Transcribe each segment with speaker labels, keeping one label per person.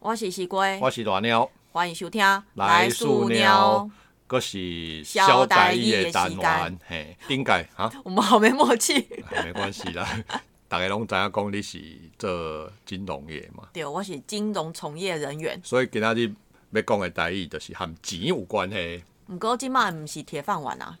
Speaker 1: 我是西瓜，
Speaker 2: 我是大鸟，
Speaker 1: 欢迎收听
Speaker 2: 来塑鸟，搁是
Speaker 1: 萧
Speaker 2: 台
Speaker 1: 台
Speaker 2: 语
Speaker 1: 语
Speaker 2: 的
Speaker 1: 的
Speaker 2: 单
Speaker 1: 时
Speaker 2: 元
Speaker 1: 间，
Speaker 2: 嘿，顶届哈，
Speaker 1: 我们好没默契。
Speaker 2: 啊没关系啦， 大家拢知影讲你是做金融业嘛，
Speaker 1: 对，我是金融从业人员，
Speaker 2: 所以今仔日要讲的台语就是和钱有关系。
Speaker 1: 不过今嘛不是铁饭碗啊，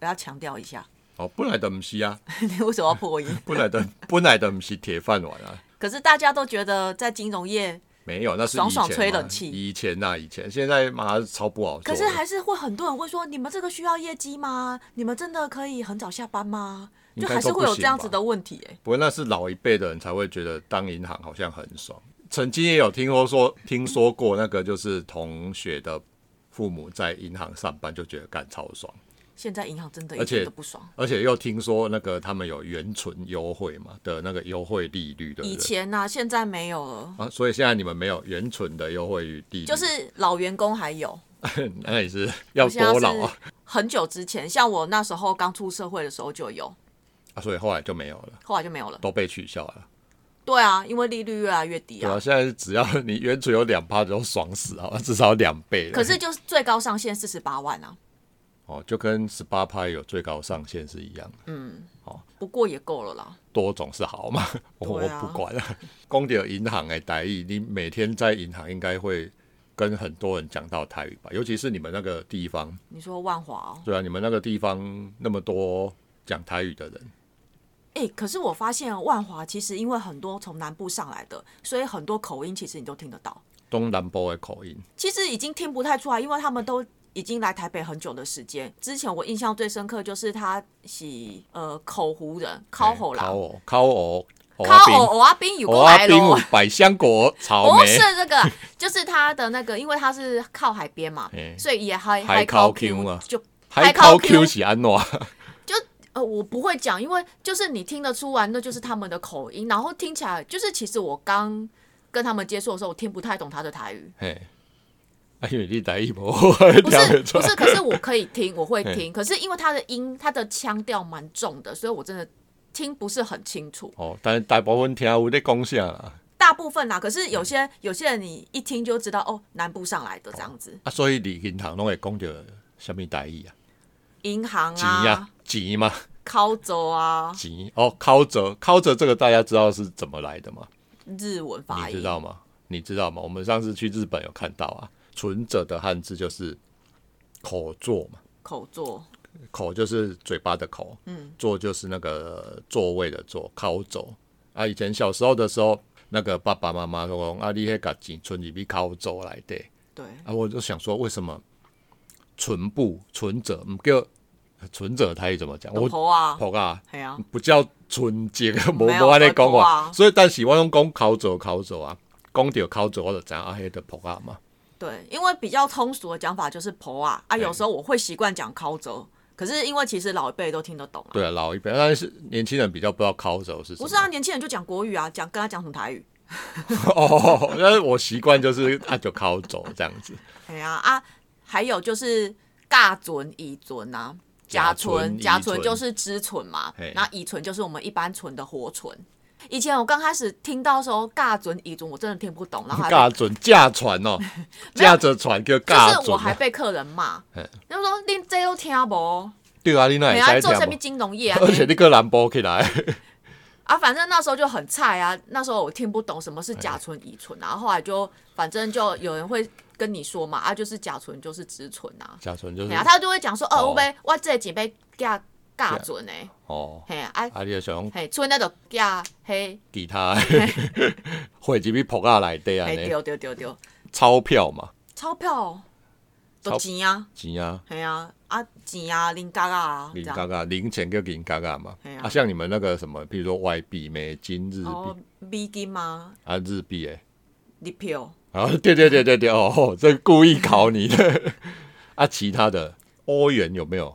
Speaker 1: 我要强调一下。
Speaker 2: 哦，本来就毋是啊，
Speaker 1: 你为什么要 破音？
Speaker 2: 本来就本来就毋是铁饭碗啊，
Speaker 1: 可是大家都觉得在金融业，
Speaker 2: 没有，那是以前
Speaker 1: 爽
Speaker 2: 嘛
Speaker 1: 爽吹冷气
Speaker 2: 以前呐、以前现在嘛超不好做
Speaker 1: 可
Speaker 2: 的。
Speaker 1: 是还是会很多人会说，你们这个需要业绩吗？你们真的可以很早下班吗？
Speaker 2: 应
Speaker 1: 就
Speaker 2: 该
Speaker 1: 还是
Speaker 2: 都不
Speaker 1: 会有这
Speaker 2: 行
Speaker 1: 样子
Speaker 2: 吧
Speaker 1: 的问题、欸，
Speaker 2: 不过那是老一辈的人才会觉得当银行好像很爽。曾经也有听说说听说过那个就是同学的父母在银行上班就觉得干超爽，
Speaker 1: 现在银行真的
Speaker 2: 而
Speaker 1: 一
Speaker 2: 且
Speaker 1: 点都不爽。
Speaker 2: 而且又听说那个他们有原存优惠嘛的那个优惠利率的
Speaker 1: 以前呐、现在没有了，
Speaker 2: 啊，所以现在你们没有原存的优惠利率，
Speaker 1: 就是老员工还有。
Speaker 2: 那也是要
Speaker 1: 我现在
Speaker 2: 多
Speaker 1: 是
Speaker 2: 老啊
Speaker 1: 很久之前，像我那时候刚出社会的时候就有，
Speaker 2: 啊，所以后来就没有了，
Speaker 1: 后来就没有了。
Speaker 2: 都被取消了。
Speaker 1: 对啊，因为利率越来越低
Speaker 2: 对
Speaker 1: 啊。
Speaker 2: 啊，现在只要你原存有两趴，就爽死啊，至少两倍了。
Speaker 1: 可是就是最高上限四十八万啊，
Speaker 2: 哦，就跟十八趴有最高上限是一样的。
Speaker 1: 不过也够了啦。
Speaker 2: 多总是好嘛， 我
Speaker 1: 对啊
Speaker 2: 不管了。讲到银行的哎台语，你每天在银行应该会跟很多人讲到台语吧？尤其是你们那个地方，
Speaker 1: 你说万华哦，
Speaker 2: 对啊，你们那个地方那么多讲台语的人，
Speaker 1: 哎、可是我发现万华其实因为很多从南部上来的，所以很多口音其实你都听得到。
Speaker 2: 东南部的口音，
Speaker 1: 其实已经听不太出来，因为他们都已经来台北很久的时间。之前我印象最深刻就是他是呃口湖人，烤吼啦
Speaker 2: 烤，哦，烤哦，
Speaker 1: 烤吼
Speaker 2: 哦，
Speaker 1: 欧阿冰有
Speaker 2: 哦
Speaker 1: 过
Speaker 2: 啊
Speaker 1: 来
Speaker 2: 冰
Speaker 1: 咯
Speaker 2: 有。百香果、草
Speaker 1: 不
Speaker 2: 莓
Speaker 1: 是，这个， 就是他的那个，因为他是靠海边嘛
Speaker 2: 嘿，
Speaker 1: 所以也还
Speaker 2: 海口 Q 嘛
Speaker 1: 就
Speaker 2: 还
Speaker 1: 还
Speaker 2: 烤
Speaker 1: 烤
Speaker 2: Q
Speaker 1: Q
Speaker 2: 是安怎？
Speaker 1: 呃，我不会讲，因为就是你听得出来，那就是他们的口音，然后听起来就是其实我刚跟他们接触的时候，我听不太懂他的台 语，
Speaker 2: 嘿，啊，因为你台语无， 听
Speaker 1: 不是
Speaker 2: 得出
Speaker 1: 不
Speaker 2: 来
Speaker 1: 是，可是我可以听，我会
Speaker 2: 啊嘿
Speaker 1: 听，可是因为他的音，他的腔调蛮重的，所以我真的听不是很清楚，
Speaker 2: 哦，但是大部分听有咧讲啥啦。
Speaker 1: 大部分啦，可是有
Speaker 2: 嗯
Speaker 1: 些有些人你一听就知道哦，南部上来的这样子，
Speaker 2: 啊，所以你银行拢会讲着什么台语啊？
Speaker 1: 银行
Speaker 2: 钱
Speaker 1: 啊
Speaker 2: 啊，，钱嘛，
Speaker 1: 靠州啊，
Speaker 2: 钱哦，靠折，靠折这个大家知道是怎么来的吗？
Speaker 1: 日文发
Speaker 2: 你
Speaker 1: 音
Speaker 2: 知，道吗？你知道吗？我们上次去日本有看到啊，存折的汉字就是口座嘛，
Speaker 1: 口座，
Speaker 2: 口就是嘴巴的口，嗯，座就是那个座位的座，靠走啊。以前小时候的时候，那个爸爸妈妈都讲啊，你迄个钱存入去靠走来的
Speaker 1: 对，
Speaker 2: 啊，我就想说为什么存部存折唔叫存折台语怎么讲？我
Speaker 1: 头啊，
Speaker 2: 破啊！
Speaker 1: 系啊，
Speaker 2: 不叫纯洁， 无无
Speaker 1: 没有
Speaker 2: 安尼讲
Speaker 1: 没有
Speaker 2: 话，
Speaker 1: 啊
Speaker 2: 所以但是我拢讲考走考走啊，讲着考走我就知影啊，迄个扑啊嘛，
Speaker 1: 对，因为比较通俗的讲法就是婆啊啊，
Speaker 2: 对
Speaker 1: 有时候我会习惯讲靠折，可是因为其实老一辈都听得懂啊，
Speaker 2: 对啊，老一辈，但是年轻人比较不知道考走是什
Speaker 1: 不
Speaker 2: 么。
Speaker 1: 是啊，年轻人就讲国语啊，讲跟他讲什么台语，
Speaker 2: 哦， 但是我习惯就是啊就考走这样子，
Speaker 1: 哎呀啊还有就是尬存、乙存啊。 甲
Speaker 2: 甲存
Speaker 1: 存，
Speaker 2: 乙
Speaker 1: 甲存
Speaker 2: 存
Speaker 1: 就是支存嘛
Speaker 2: 嘿，
Speaker 1: 那乙存就是我们一般存的活存。以前我刚开始听到的时候，尬存、乙存我真的听不懂，然后还被
Speaker 2: 尬准驾船 哦，驾着船叫尬
Speaker 1: 就是我
Speaker 2: 准
Speaker 1: 还
Speaker 2: 啊，
Speaker 1: 被客人骂
Speaker 2: 嘿，
Speaker 1: 他们说你这都听无，
Speaker 2: 对啊，你那
Speaker 1: 你
Speaker 2: 也
Speaker 1: 还
Speaker 2: 在
Speaker 1: 做什么
Speaker 2: 听
Speaker 1: 金融 业啊
Speaker 2: 无？？而且你个兰博起来，
Speaker 1: 啊，反正那时候就很菜啊，那时候我听不懂什么是甲醇、乙醇啊，后来就反正就有人会跟你说嘛，啊，就是甲醇就是植醇啊，
Speaker 2: 驾船就是
Speaker 1: 哎呀、啊，他就会讲说，
Speaker 2: 哦
Speaker 1: 哦，我被我这几杯甲甲醇诶，
Speaker 2: 哦，
Speaker 1: 嘿啊，
Speaker 2: 啊你就想
Speaker 1: 嘿，存那种甲嘿，
Speaker 2: 其他， 汇入去扑啊内底啊
Speaker 1: 嘿，
Speaker 2: 呢，
Speaker 1: 丢丢丢丢，
Speaker 2: 钞票嘛，
Speaker 1: 钞票
Speaker 2: 钞
Speaker 1: 都钱啊，
Speaker 2: 钱啊。
Speaker 1: 嘿啊，啊钱啊，零嘎嘎啊，这
Speaker 2: 零
Speaker 1: 样，
Speaker 2: 嘎嘎，零钱就零嘎嘎嘛。
Speaker 1: 嘿啊
Speaker 2: 啊，像你们那个什么，比如说外币、美金、日
Speaker 1: 哦
Speaker 2: 币
Speaker 1: 美金啊，
Speaker 2: 啊，日币哎，
Speaker 1: 日哦票，
Speaker 2: 啊，对对对对对，哦， 这故意考你的。 啊，其他的欧元有没有？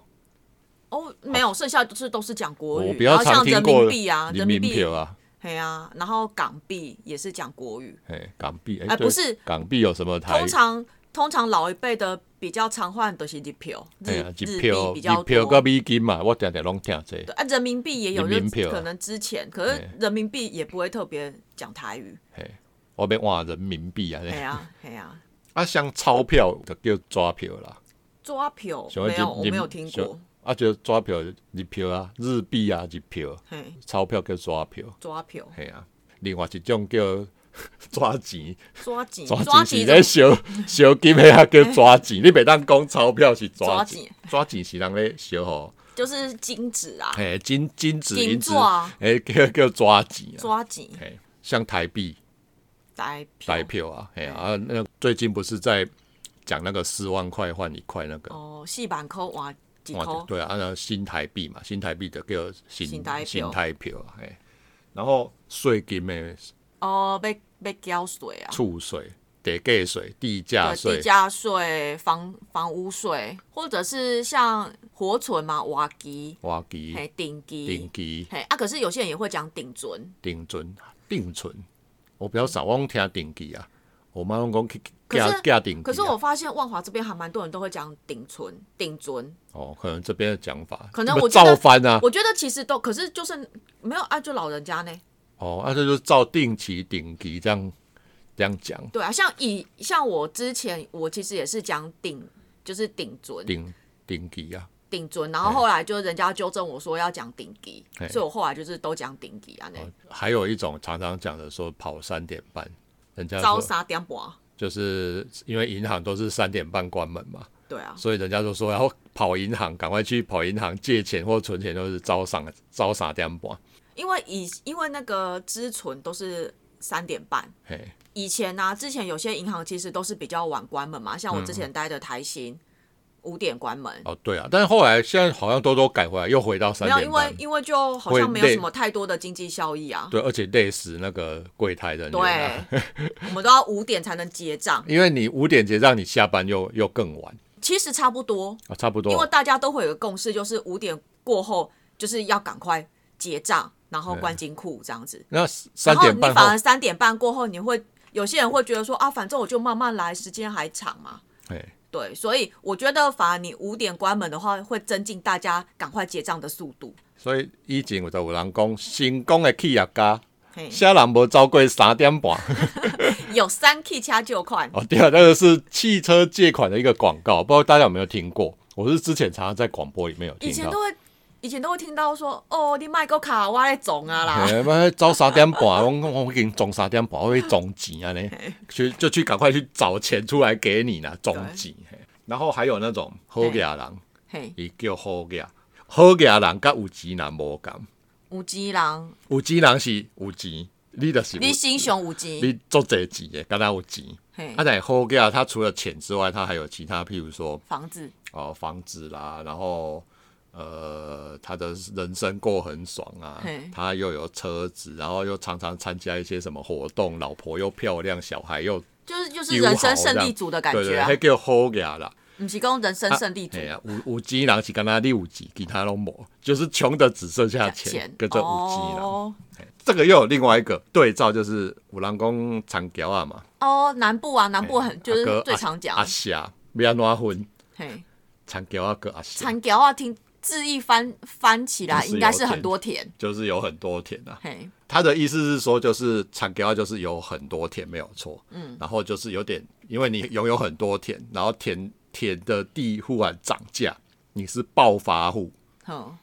Speaker 1: 哦，没有，剩下就是都是讲国
Speaker 2: 我
Speaker 1: 语，
Speaker 2: 比
Speaker 1: 然
Speaker 2: 较
Speaker 1: 后
Speaker 2: 常
Speaker 1: 像
Speaker 2: 听
Speaker 1: 人
Speaker 2: 过
Speaker 1: 民币啊，人
Speaker 2: 人
Speaker 1: 民
Speaker 2: 民
Speaker 1: 币
Speaker 2: 币啊，
Speaker 1: 嘿啊，然后港币也是讲国语，
Speaker 2: 哎，港币哎，
Speaker 1: 哎
Speaker 2: 对
Speaker 1: 不是
Speaker 2: 港币有什么台
Speaker 1: 通？常通常老一辈的比较常换都是日票，日、
Speaker 2: 哎呀，
Speaker 1: 日
Speaker 2: 一
Speaker 1: 币
Speaker 2: 票
Speaker 1: 比
Speaker 2: 一
Speaker 1: 较
Speaker 2: 票个
Speaker 1: 多。
Speaker 2: 美金嘛，我常常拢听这个。
Speaker 1: 对啊，人民币也有，
Speaker 2: 人民
Speaker 1: 就
Speaker 2: 票啊
Speaker 1: 可能之前，可是
Speaker 2: 哎
Speaker 1: 人民币也不会特别讲台语，
Speaker 2: 嘿，我要换人民币啊。
Speaker 1: 嘿啊嘿啊，
Speaker 2: 啊，像钞票就叫抓票啦，
Speaker 1: 抓票
Speaker 2: 像
Speaker 1: 没有，
Speaker 2: 日
Speaker 1: 我
Speaker 2: 日
Speaker 1: 没有听过
Speaker 2: 像。啊，就抓票日票啊，日币啊，日票，
Speaker 1: 嘿，
Speaker 2: 钞票叫抓票，
Speaker 1: 抓票，
Speaker 2: 嘿啊。另外一种叫 抓钱，
Speaker 1: 抓紧，
Speaker 2: 抓钱是
Speaker 1: 怎
Speaker 2: 咧
Speaker 1: 么
Speaker 2: 小 小金的啊叫抓钱，你袂当讲钞票是抓
Speaker 1: 抓
Speaker 2: 钱
Speaker 1: 钱，
Speaker 2: 抓钱是人咧小吼，
Speaker 1: 就是金子啊，
Speaker 2: 嘿金金子
Speaker 1: 金
Speaker 2: 银子
Speaker 1: 纸，啊
Speaker 2: 嘿叫叫抓钱啊，
Speaker 1: 抓紧，
Speaker 2: 嘿像台币
Speaker 1: 台
Speaker 2: 台
Speaker 1: 票。
Speaker 2: 票啊，嘿啊，那最近不是在讲那个四万块换一块那个，
Speaker 1: 哦，四万块换一
Speaker 2: 哇
Speaker 1: 块，
Speaker 2: 对啊，按照新台币嘛，新台币的叫新
Speaker 1: 新台票
Speaker 2: 新台票啊，嘿。然后税金的
Speaker 1: 哦，要要交税啊，
Speaker 2: 厝税、地价税、地价
Speaker 1: 对，
Speaker 2: 税
Speaker 1: 地，价税、房房屋税，或者是像活存嘛、瓦基、
Speaker 2: 花期、
Speaker 1: 嘿定基，
Speaker 2: 定期、
Speaker 1: 嘿啊，可是有些人也会讲定存，
Speaker 2: 定存、定存，我比较少，我拢听定期啊。我妈拢讲去
Speaker 1: 可是
Speaker 2: 寄寄定期啊、
Speaker 1: 可是我发现万华这边还蛮多人都会讲定存、定存，
Speaker 2: 哦，可能这边的讲法，
Speaker 1: 可能
Speaker 2: 要
Speaker 1: 我觉得
Speaker 2: 照翻啊。
Speaker 1: 我觉得其实都，可是就是没有啊，就老人家呢，
Speaker 2: 哦，那、啊、这就是照定期、定期这样这样讲，
Speaker 1: 对啊，像以像我之前我其实也是讲定，就是定存。
Speaker 2: 定定期啊。
Speaker 1: 顶尊，然后后来就人家纠正我说要讲顶级
Speaker 2: 嘿，
Speaker 1: 所以我后来就是都讲顶级啊，那
Speaker 2: 哦还有一种常常讲的说跑三点半，人家
Speaker 1: 招
Speaker 2: 说
Speaker 1: 三点半，
Speaker 2: 就是因为银行都是三点半关门嘛，
Speaker 1: 对啊，
Speaker 2: 所以人家就说要跑银行，赶快去跑银行借钱或存钱，都是招赏招三点半。
Speaker 1: 因为以因为那个支存都是三点半。
Speaker 2: 嘿，
Speaker 1: 以前呢、啊，之前有些银行其实都是比较晚关门嘛，像我之前待的台新五点关门，
Speaker 2: 哦对啊，但是后来现在好像都都改回来，又回到三
Speaker 1: 没有，
Speaker 2: 点
Speaker 1: 因为
Speaker 2: 半。
Speaker 1: 因为就好像没有什么太多的经济效益啊。
Speaker 2: 对，而且累死那个柜台人员、
Speaker 1: 对
Speaker 2: 啊。，
Speaker 1: 我们都要五点才能结账，
Speaker 2: 因为你五点结账，你下班又又更晚
Speaker 1: 其实差不多，
Speaker 2: 啊，差不
Speaker 1: 因为
Speaker 2: 多。
Speaker 1: 大家都会有个共识，就是五点过后就是要赶快结账，然后关金库这样子。
Speaker 2: 那
Speaker 1: 然
Speaker 2: 三
Speaker 1: 后
Speaker 2: 点
Speaker 1: 你
Speaker 2: 半
Speaker 1: 反而
Speaker 2: 后，
Speaker 1: 三点半过后，你会有些人会觉得说啊，反正我就慢慢来，时间还长嘛。
Speaker 2: 哎，
Speaker 1: 对，所以我觉得反而你五点关门的话，会增进大家赶快结账的速度。
Speaker 2: 所以以前有就有人讲，成功的企业家，
Speaker 1: 嘿，
Speaker 2: 啥人无超过三点半。
Speaker 1: 有三 K 掐就款，
Speaker 2: 哦，对啊，那个是汽车借款的一个广告，不知道大家有没有听过？我是之前常常在广播里面有
Speaker 1: 以
Speaker 2: 听
Speaker 1: 前
Speaker 2: 到
Speaker 1: 都，会以前都会听到说哦，你卖个卡我来总啊啦，
Speaker 2: 哎，妈早三点半，我我我给你总三点半，我会总钱啊 呢，去就去赶快去找钱出来给你啦，总钱。嘿然后还有那种好家人，
Speaker 1: 嘿，
Speaker 2: 伊叫好家，好家人甲有钱人无共，
Speaker 1: 有钱人，
Speaker 2: 有钱人是有钱，你就是有
Speaker 1: 你心胸有钱，
Speaker 2: 你做这钱的，敢若有钱。
Speaker 1: 嘿
Speaker 2: 啊，，但好家他除了钱之外，他还有其他，譬如说。
Speaker 1: 房子，
Speaker 2: 哦房子啦，然后呃他的人生过很爽啊
Speaker 1: 嘿，
Speaker 2: 他又有车子，然后又常常参加一些什么活动，老婆又漂亮，小孩又
Speaker 1: 就是就是人生胜利组的感
Speaker 2: 对
Speaker 1: 觉
Speaker 2: 对，
Speaker 1: 啊
Speaker 2: 还，叫好家啦。
Speaker 1: 不是讲人生胜利组
Speaker 2: 哎，呀、有有钱人是跟他你有钱，其他都没，就是穷的只剩下钱，跟着有钱人。
Speaker 1: 哦
Speaker 2: 这个又有另外一个对照，就是五郎公长条啊嘛，
Speaker 1: 哦，南部啊，南部很就
Speaker 2: 啊
Speaker 1: 是
Speaker 2: 哥
Speaker 1: 最常
Speaker 2: 阿
Speaker 1: 讲，
Speaker 2: 霞要安怎分
Speaker 1: 嘿，
Speaker 2: 长条啊个阿霞，
Speaker 1: 产条啊，听字义翻翻起来
Speaker 2: 就是
Speaker 1: 应该
Speaker 2: 有
Speaker 1: 是很
Speaker 2: 田
Speaker 1: 多田，
Speaker 2: 就是有很多田啊。
Speaker 1: 嘿，
Speaker 2: 他的意思是说，就是产给就是有很多田没有错，嗯，然后就是有点，因为你拥有很多田，然后田田的地忽然涨价，你是暴发户，
Speaker 1: 哼，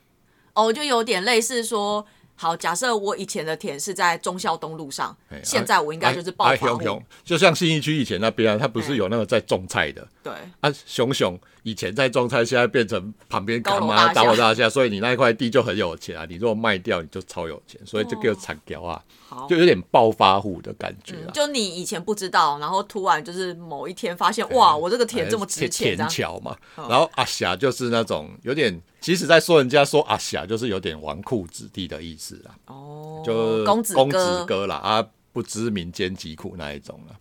Speaker 1: 哦，就有点类似说，好，假设我以前的田是在忠孝东路上
Speaker 2: 哎，
Speaker 1: 现在我应该就是暴
Speaker 2: 啊啊
Speaker 1: 发
Speaker 2: 熊
Speaker 1: 户
Speaker 2: 熊，就像信义区以前那边啊，他不是
Speaker 1: 哎
Speaker 2: 有那个在种菜的
Speaker 1: 对，
Speaker 2: 啊，熊熊以前在种菜，现在变成旁边干
Speaker 1: 高楼大
Speaker 2: 妈
Speaker 1: 厦
Speaker 2: 高楼大厦，所以你那一块地就很有钱啊，你如果卖掉你就超有钱，所以这个产给啊，
Speaker 1: 哦好
Speaker 2: 就。有点暴发户的感觉
Speaker 1: 嗯
Speaker 2: 啊。
Speaker 1: 就你以前不知道，然后突然就是某一天发现，哇，我这个田这么值钱，
Speaker 2: 哎田
Speaker 1: 这样哦
Speaker 2: 桥嘛。然后阿霞就是那种有点，即使在说人家说阿霞，就是有点纨绔子弟的意思啦，
Speaker 1: 哦，
Speaker 2: 就
Speaker 1: 公子
Speaker 2: 公
Speaker 1: 哥
Speaker 2: 子哥啦啊，不知民间疾苦那一种啦。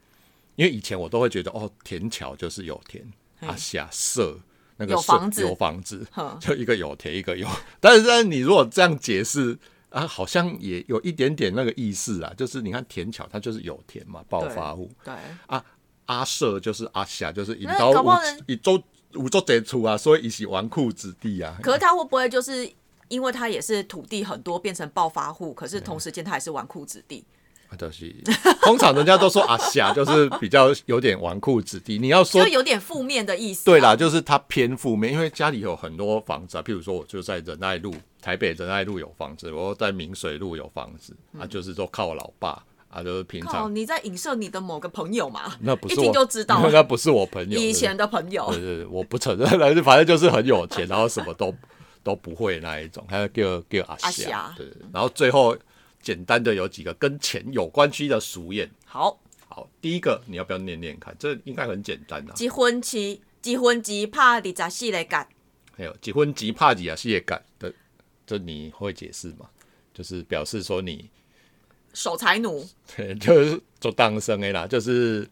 Speaker 2: 因为以前我都会觉得哦，田桥就是有田，阿霞社。那个
Speaker 1: 有
Speaker 2: 社
Speaker 1: 房子
Speaker 2: 有房 子
Speaker 1: 哼，
Speaker 2: 就一个有田，一个有。但是，但是你如果这样解释啊，好像也有一点点那个意思啊，就是你看田桥，它就是有田嘛，暴发户。
Speaker 1: 对，
Speaker 2: 啊，阿舍就是阿霞，就是引
Speaker 1: 那
Speaker 2: 导
Speaker 1: 搞不
Speaker 2: 五
Speaker 1: 好人
Speaker 2: 一周五周贼出啊，所以一起纨绔子弟啊。
Speaker 1: 可是他会不会
Speaker 2: 嗯
Speaker 1: 就是因为他也是土地很多变成暴发户，可是同时间他也是纨绔子弟，
Speaker 2: 就是啊通常人家都说阿霞就是比较有点纨绔子弟，你要说
Speaker 1: 就有点负面的意思、啊
Speaker 2: 对啦，，就是它偏负面，因为家里有很多房子啊，譬如说我就在仁爱路，台北仁爱路有房子，我在明水路有房子，啊，就是都靠老爸，啊，就是平
Speaker 1: 嗯靠，
Speaker 2: 常
Speaker 1: 你在影射你的某个朋友嘛？
Speaker 2: 那不是
Speaker 1: 一听
Speaker 2: 我
Speaker 1: 就知道
Speaker 2: 那不是我朋友
Speaker 1: 你以前的朋友
Speaker 2: 对。对对，我不承认， 反正就是很有钱，然后什么都都不会那一种，他就叫叫阿
Speaker 1: 阿
Speaker 2: 霞
Speaker 1: 霞，
Speaker 2: 对对，对然后最后简单的有几个跟钱有关系的俗谚。
Speaker 1: 好，
Speaker 2: 好，第一个你要不要念念看？这应该很简单啊。
Speaker 1: 结婚期，结婚期怕你十四来干，
Speaker 2: 还有结婚即怕几啊，谢感的，这你会解释吗？就是表示说你，
Speaker 1: 守财奴。
Speaker 2: 对，就是做当生的啦，就是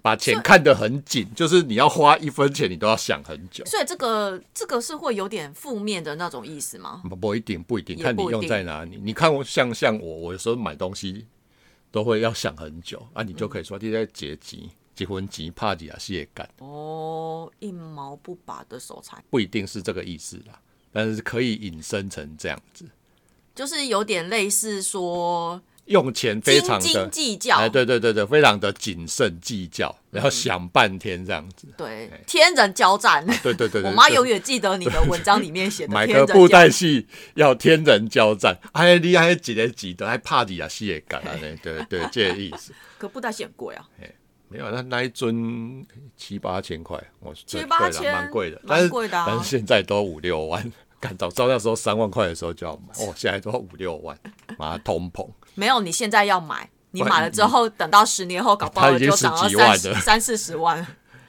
Speaker 2: 把钱看得很紧，就是你要花一分钱，你都要想很久。
Speaker 1: 所以这个这个是会有点负面的那种意思吗？
Speaker 2: 不不一定，不一定，
Speaker 1: 也
Speaker 2: 看你
Speaker 1: 不一
Speaker 2: 用
Speaker 1: 定
Speaker 2: 在哪里。你看我像像我，我有时候买东西都会要想很久啊，你就可以说你在结集、结婚集、怕几啊，谢感，
Speaker 1: 哦，一毛不拔的守财，
Speaker 2: 不一定是这个意思啦，但是可以引申成这样子，
Speaker 1: 就是有点类似说
Speaker 2: 用钱非
Speaker 1: 斤
Speaker 2: 常的
Speaker 1: 斤计较。
Speaker 2: 哎，对对对对，非常的谨慎计较，然后想半天这样子。
Speaker 1: 对，天人交战。
Speaker 2: 哎啊对对对对，
Speaker 1: 我妈
Speaker 2: 就
Speaker 1: 永远记得你的文章里面写的
Speaker 2: 买
Speaker 1: 天
Speaker 2: 个
Speaker 1: 人
Speaker 2: 布
Speaker 1: 交
Speaker 2: 袋戏要天人交战，哎，你还几个几的，还怕你啊，也 敢啊，对对对，这个意思。
Speaker 1: 可布袋戏很贵啊，
Speaker 2: 没有，那那一尊七八千块，我
Speaker 1: 七
Speaker 2: 对
Speaker 1: 八
Speaker 2: 对啦
Speaker 1: 千
Speaker 2: 蛮贵的，
Speaker 1: 蛮
Speaker 2: 但是
Speaker 1: 贵的啊
Speaker 2: 但是现在都五六万。 看早知道那时候三万块的时候就要 买，哦，现在都五六万，妈通膨，
Speaker 1: 没有你现在要买，你
Speaker 2: 不
Speaker 1: 买了之后，等到十年后，搞不
Speaker 2: 它
Speaker 1: 好
Speaker 2: 已经
Speaker 1: 就涨
Speaker 2: 十
Speaker 1: 到
Speaker 2: 几
Speaker 1: 三
Speaker 2: 万
Speaker 1: 十
Speaker 2: 了
Speaker 1: 三四十万。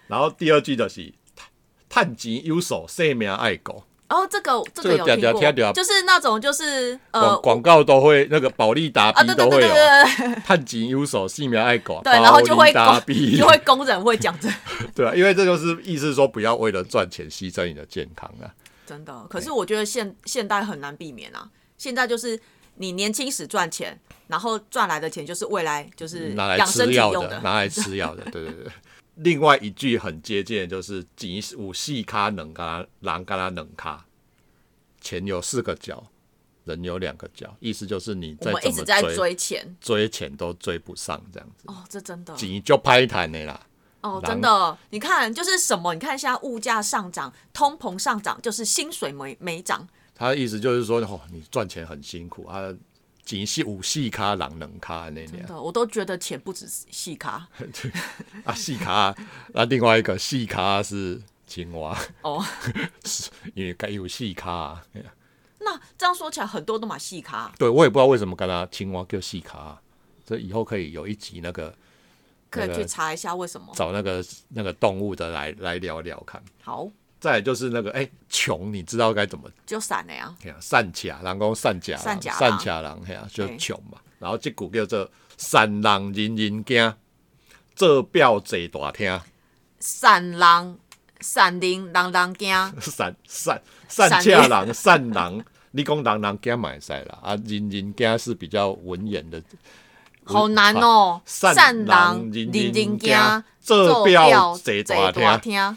Speaker 2: 然后第二句就是“探钱有手，性命爱狗”，
Speaker 1: 哦，这个这
Speaker 2: 这
Speaker 1: 个有
Speaker 2: 个嗲
Speaker 1: 听
Speaker 2: 嗲嗲
Speaker 1: 过，
Speaker 2: 嗲
Speaker 1: 就是那种就是呃
Speaker 2: 广广告都会那个保利达
Speaker 1: 啊，
Speaker 2: 币
Speaker 1: 对对
Speaker 2: 都
Speaker 1: 对
Speaker 2: 会哦
Speaker 1: 对
Speaker 2: 有
Speaker 1: 对对
Speaker 2: 探井有手，细苗爱狗，
Speaker 1: 对，然后就
Speaker 2: 保
Speaker 1: 会
Speaker 2: 利达
Speaker 1: 工
Speaker 2: 币，
Speaker 1: 就会工人会讲 这，
Speaker 2: 对啊，因为这就是意思说不要为了赚钱牺牲你的健康啊。
Speaker 1: 真的。可是我觉得现现代很难避免啊，现在就是你年轻时赚钱，然后赚来的钱就是未来就是
Speaker 2: 拿来
Speaker 1: 养身
Speaker 2: 吃
Speaker 1: 体
Speaker 2: 药
Speaker 1: 用
Speaker 2: 拿来吃药的，对对对。另外一句很接近，的就是“吉五细咖能咖狼咖拉能咖”，钱有四个角，人有两个角，意思就是你
Speaker 1: 我
Speaker 2: 再
Speaker 1: 们一
Speaker 2: 怎
Speaker 1: 直
Speaker 2: 么
Speaker 1: 在
Speaker 2: 追
Speaker 1: 追钱
Speaker 2: 追钱都追不上这样子，
Speaker 1: 哦，这真的
Speaker 2: 急就拍弹的啦。
Speaker 1: 哦，
Speaker 2: 狼
Speaker 1: 真的。你看就是什么？你看现在物价上涨，通膨上涨，就是薪水没没涨。
Speaker 2: 他的意思就是说，哦，你赚钱很辛苦啊，仅是五细卡狼能卡那
Speaker 1: 真
Speaker 2: 样
Speaker 1: 的，我都觉得钱不止细卡
Speaker 2: 啊，细卡那、啊、另外一个细卡是青蛙，
Speaker 1: 哦。
Speaker 2: 因为该有细卡、啊，
Speaker 1: 那这样说起来，很多都买细卡，
Speaker 2: 对我也不知道为什么跟他青蛙叫细卡、啊，这以后可以有一集那个
Speaker 1: 可以
Speaker 2: 那
Speaker 1: 去
Speaker 2: 个
Speaker 1: 查一下为什么。
Speaker 2: 找那个那个动物的来来聊聊看。
Speaker 1: 好，
Speaker 2: 再来就是那个哎穷，你知道该怎么
Speaker 1: 就散了呀。
Speaker 2: 嘿啊善假，人讲善假
Speaker 1: 善
Speaker 2: 人，
Speaker 1: 假人
Speaker 2: 善假人，嘿啊，就
Speaker 1: 嘿
Speaker 2: 穷嘛。然后这句叫做善人人人惊，做表坐大厅。
Speaker 1: 散人散人人人惊，
Speaker 2: 善善善恰人善人，你讲人人惊嘛会使啦，啊人人惊是比较文言的。
Speaker 1: 好难哦。
Speaker 2: 善
Speaker 1: 人
Speaker 2: 人
Speaker 1: 人
Speaker 2: 人
Speaker 1: 人
Speaker 2: 人
Speaker 1: 惊
Speaker 2: 惊，做表
Speaker 1: 坐
Speaker 2: 坐
Speaker 1: 大
Speaker 2: 大
Speaker 1: 大
Speaker 2: 厅，啊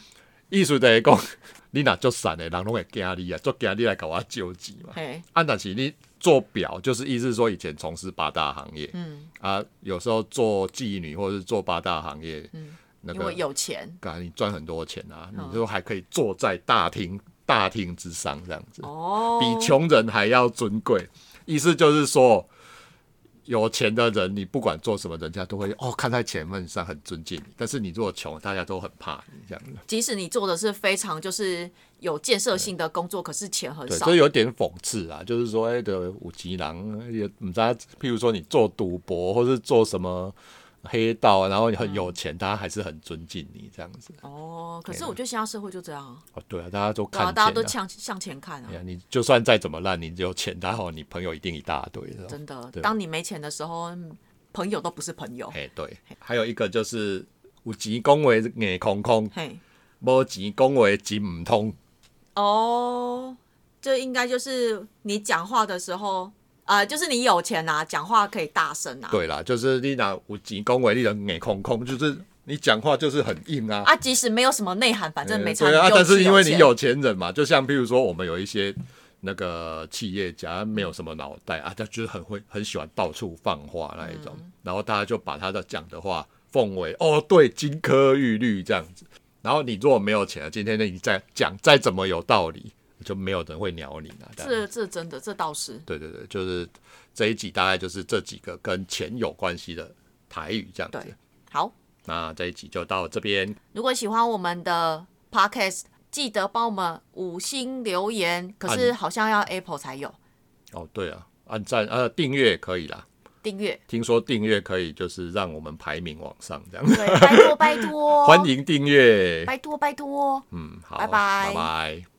Speaker 1: 厅。
Speaker 2: 意思就是讲， 你若足善的人拢会惊你啊，足惊你来甲我借钱嘛。
Speaker 1: 嘿，
Speaker 2: 啊，但是你做表，就是意思是说以前从事八大行业，嗯啊，有时候做妓女或者是做八大行业，嗯，那
Speaker 1: 因
Speaker 2: 个
Speaker 1: 为有哦钱
Speaker 2: 啊，你赚很多钱啊，你就还可以坐在大厅大厅之上这样子，
Speaker 1: 哦。
Speaker 2: 嗯比穷人还要尊贵。意思就是说，有钱的人，你不管做什么，人家都会哦看在钱份上很尊敬你。但是你如果穷，大家都很怕你这样子。
Speaker 1: 即使你做的是非常就是有建设性的工作，可是钱很
Speaker 2: 对，
Speaker 1: 少
Speaker 2: 这。有点讽刺啊，就是说，哎、的五级狼也不知道，譬如说你做赌博或是做什么黑道，啊然后你很有
Speaker 1: 嗯
Speaker 2: 钱，大家还是很尊敬你这样子。
Speaker 1: 哦，可是我觉得现在社会就这样啊，
Speaker 2: 哦，对啊，大家都
Speaker 1: 对啊，
Speaker 2: 看
Speaker 1: 大家都
Speaker 2: 钱、啊。
Speaker 1: 向向前看啊
Speaker 2: 哎。呀，你就算再怎么烂，你有钱，然后你朋友一定一大堆的。
Speaker 1: 真的，
Speaker 2: 对啊
Speaker 1: 当你没钱的时候，嗯朋友都不是朋友。
Speaker 2: 哎，对，还有一个就是有钱讲话硬空空，
Speaker 1: 嘿，
Speaker 2: 无钱讲话钱唔通。
Speaker 1: 哦，这应该就是你讲话的时候，呃，就是你有钱啊，讲话可以大声啊。
Speaker 2: 对啦，就是你若有钱讲话，你就硬空空，就是你讲话就是很硬啊。
Speaker 1: 啊，即使没有什么内涵，反正没差。
Speaker 2: 对啊，
Speaker 1: 你就
Speaker 2: 但是因为你
Speaker 1: 钱
Speaker 2: 有钱人嘛，就像譬如说我们有一些那个企业家没有什么脑袋啊，他就是很会很喜欢到处放话那一种，
Speaker 1: 嗯
Speaker 2: 然后大家就把他的讲的话奉为哦，对，金科玉律这样子。然后你如果没有钱，今天你再讲再怎么有道理，就没有人会鸟你了、啊。
Speaker 1: 这这真的，这倒是
Speaker 2: 对对对，就是这一集大概就是这几个跟钱有关系的台语这样
Speaker 1: 对
Speaker 2: 子。。
Speaker 1: 好，
Speaker 2: 那这一集就到这边，
Speaker 1: 如果喜欢我们的 podcast，记得帮我们五星留言，可是好像要 Apple 才有
Speaker 2: 哦，对啊，按赞呃订阅也可以啦。
Speaker 1: 订 阅。
Speaker 2: 听说订阅可以就是让我们排名往上这样，
Speaker 1: 对，拜托拜托，
Speaker 2: 欢迎订阅。
Speaker 1: 拜托拜托。
Speaker 2: 嗯，好，
Speaker 1: 哦拜拜
Speaker 2: 拜拜。